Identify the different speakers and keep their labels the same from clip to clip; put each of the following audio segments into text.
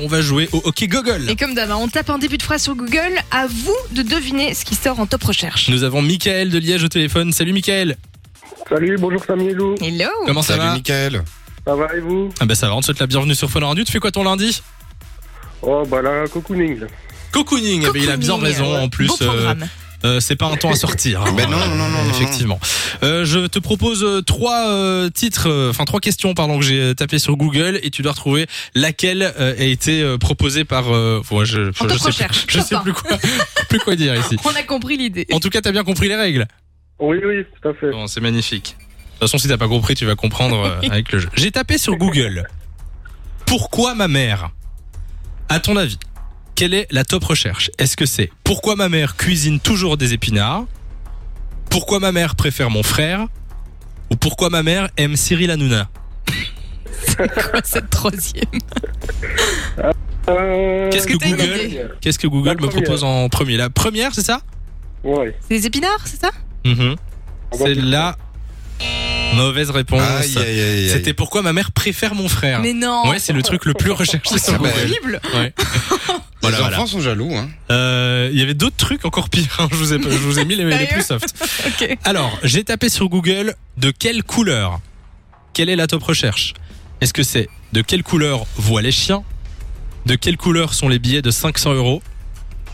Speaker 1: On va jouer au hockey Google.
Speaker 2: Et comme d'hab, hein, on tape un début de phrase sur Google, à vous de deviner ce qui sort en top recherche.
Speaker 1: Nous avons Michael de Liège au téléphone. Salut Michael.
Speaker 3: Salut, bonjour Samy et Lou.
Speaker 2: Hello
Speaker 1: Comment ça
Speaker 4: Salut
Speaker 1: va
Speaker 4: Mickaël.
Speaker 3: Ça va et vous
Speaker 1: Ah bah ça va, on te souhaite la bienvenue sur Fun Radio. Tu fais quoi ton lundi
Speaker 3: Oh, bah là, cocooning. là.
Speaker 1: Cocooning. Eh ben, il a bien
Speaker 2: Cocooning,
Speaker 1: raison
Speaker 2: euh,
Speaker 1: en plus.
Speaker 2: Beau
Speaker 1: euh,
Speaker 2: programme.
Speaker 1: euh, c'est pas un temps à sortir. hein.
Speaker 4: Ben non, non, non, non, non.
Speaker 1: Effectivement. Euh, je te propose euh, trois euh, titres, euh, enfin trois questions, pardon, que j'ai euh, tapé sur Google et tu dois retrouver laquelle euh, a été euh, proposée par. euh, ouais, je, je,
Speaker 2: En top
Speaker 1: je sais,
Speaker 2: recherche.
Speaker 1: je
Speaker 2: top
Speaker 1: sais
Speaker 2: un.
Speaker 1: plus quoi, plus quoi dire ici.
Speaker 2: On a compris l'idée.
Speaker 1: En tout cas, t'as bien compris les règles.
Speaker 3: Oui, oui, tout à fait.
Speaker 1: Bon, c'est magnifique. De toute façon, si t'as pas compris, tu vas comprendre euh, avec le jeu. J'ai tapé sur Google. Pourquoi ma mère À ton avis, quelle est la top recherche Est-ce que c'est pourquoi ma mère cuisine toujours des épinards Pourquoi ma mère préfère mon frère Ou pourquoi ma mère aime Cyril Hanouna
Speaker 2: Quoi, cette troisième
Speaker 3: Euh,
Speaker 1: Qu'est-ce que
Speaker 3: c'est
Speaker 1: Google
Speaker 3: la première.
Speaker 1: Qu'est-ce que Google
Speaker 3: La
Speaker 1: me
Speaker 3: première.
Speaker 1: propose en premier La première, c'est ça
Speaker 3: Ouais.
Speaker 2: C'est des épinards, c'est ça
Speaker 1: Mhm.
Speaker 3: Ah bah,
Speaker 1: C'est la mauvaise réponse.
Speaker 4: Aïe, aïe, aïe, aïe.
Speaker 1: C'était pourquoi ma mère préfère mon frère.
Speaker 2: Mais non
Speaker 1: Ouais, c'est le truc le plus recherché sur
Speaker 2: C'est
Speaker 4: bah,
Speaker 1: Google.
Speaker 2: horrible
Speaker 1: Ouais.
Speaker 4: Les
Speaker 1: Voilà,
Speaker 4: enfants
Speaker 1: voilà.
Speaker 4: sont jaloux. Hein.
Speaker 1: Euh, Il y avait d'autres trucs encore pires. hein. Je vous ai, je vous ai mis les, les
Speaker 2: Sérieux
Speaker 1: plus soft.
Speaker 2: Ok.
Speaker 1: Alors, j'ai tapé sur Google de quelle couleur Quelle est la top recherche Est-ce que c'est de quelle couleur voient les chiens De quelle couleur sont les billets de 500 euros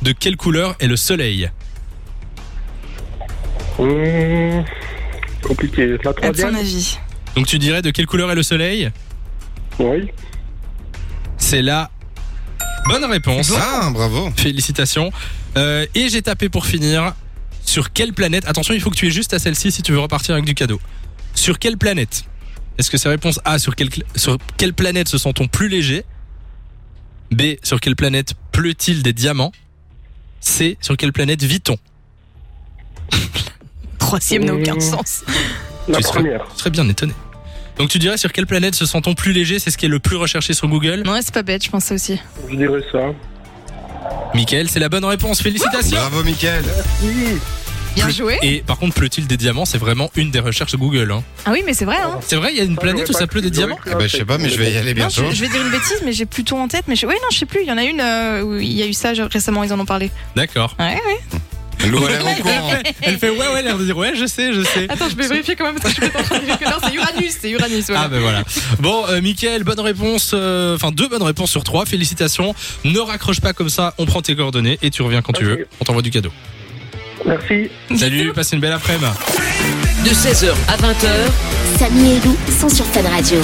Speaker 1: De quelle couleur est le soleil
Speaker 3: Hum, compliqué. La
Speaker 2: À ton
Speaker 3: troisième
Speaker 2: avis
Speaker 1: Donc tu dirais de quelle couleur est le soleil
Speaker 3: Oui.
Speaker 1: C'est la bonne réponse.
Speaker 4: Ah, bravo.
Speaker 1: Félicitations. Euh, et j'ai tapé pour finir sur quelle planète. Attention, il faut que tu aies juste à celle-ci si tu veux repartir avec du cadeau. Sur quelle planète Est-ce que c'est réponse A sur quelle, cl- sur quelle planète se sent-on plus léger B sur quelle planète pleut-il des diamants C sur quelle planète vit-on
Speaker 2: Troisième n'a aucun
Speaker 3: Mmh.
Speaker 2: sens.
Speaker 3: La
Speaker 1: Tu seras-
Speaker 3: première.
Speaker 1: Je serais bien étonné. Donc tu dirais sur quelle planète se sent-on plus léger C'est ce qui est le plus recherché sur Google.
Speaker 2: Ouais, c'est pas bête, je pensais aussi.
Speaker 3: Je dirais ça.
Speaker 1: Michael, c'est la bonne réponse. Félicitations.
Speaker 4: Bravo Mickaël.
Speaker 3: Oui.
Speaker 2: Bien joué
Speaker 1: Et par contre, pleut-il des diamants C'est vraiment une des recherches de Google. hein.
Speaker 2: Ah oui, mais c'est vrai, hein
Speaker 1: C'est vrai, il y a une
Speaker 3: Ah,
Speaker 1: planète
Speaker 3: j'aurais
Speaker 1: où ça
Speaker 3: pas-
Speaker 1: pleut des
Speaker 3: j'aurais
Speaker 1: diamants
Speaker 3: cru
Speaker 4: Eh
Speaker 3: un
Speaker 4: ben, je sais
Speaker 3: truc.
Speaker 4: pas, mais je vais y aller
Speaker 2: Non,
Speaker 4: bientôt.
Speaker 2: je, je vais dire une bêtise, mais j'ai plutôt en tête. Mais je... Ouais, non, je sais plus. Il y en a une euh, où il y a eu ça je- récemment, ils en ont parlé.
Speaker 1: D'accord.
Speaker 2: Ouais, ouais.
Speaker 4: Lou a l'air au courant.
Speaker 1: Elle fait ouais, ouais, l'air de dire ouais, je sais, je sais.
Speaker 2: Attends, je vais vérifier quand même parce que je vais pas en train de dire que non, c'est Uranus, c'est Uranus, ouais.
Speaker 1: Ah ben voilà. Bon, euh, Mickaël, bonne réponse, euh, enfin deux bonnes réponses sur trois. Félicitations. Ne raccroche pas comme ça. On prend tes coordonnées et tu reviens quand tu
Speaker 3: Ok.
Speaker 1: veux. On t'envoie du cadeau.
Speaker 3: Merci.
Speaker 1: Salut, passe une belle après-midi.
Speaker 5: de 16h à 20h.
Speaker 6: Samy et Lou sont sur Fan Radio.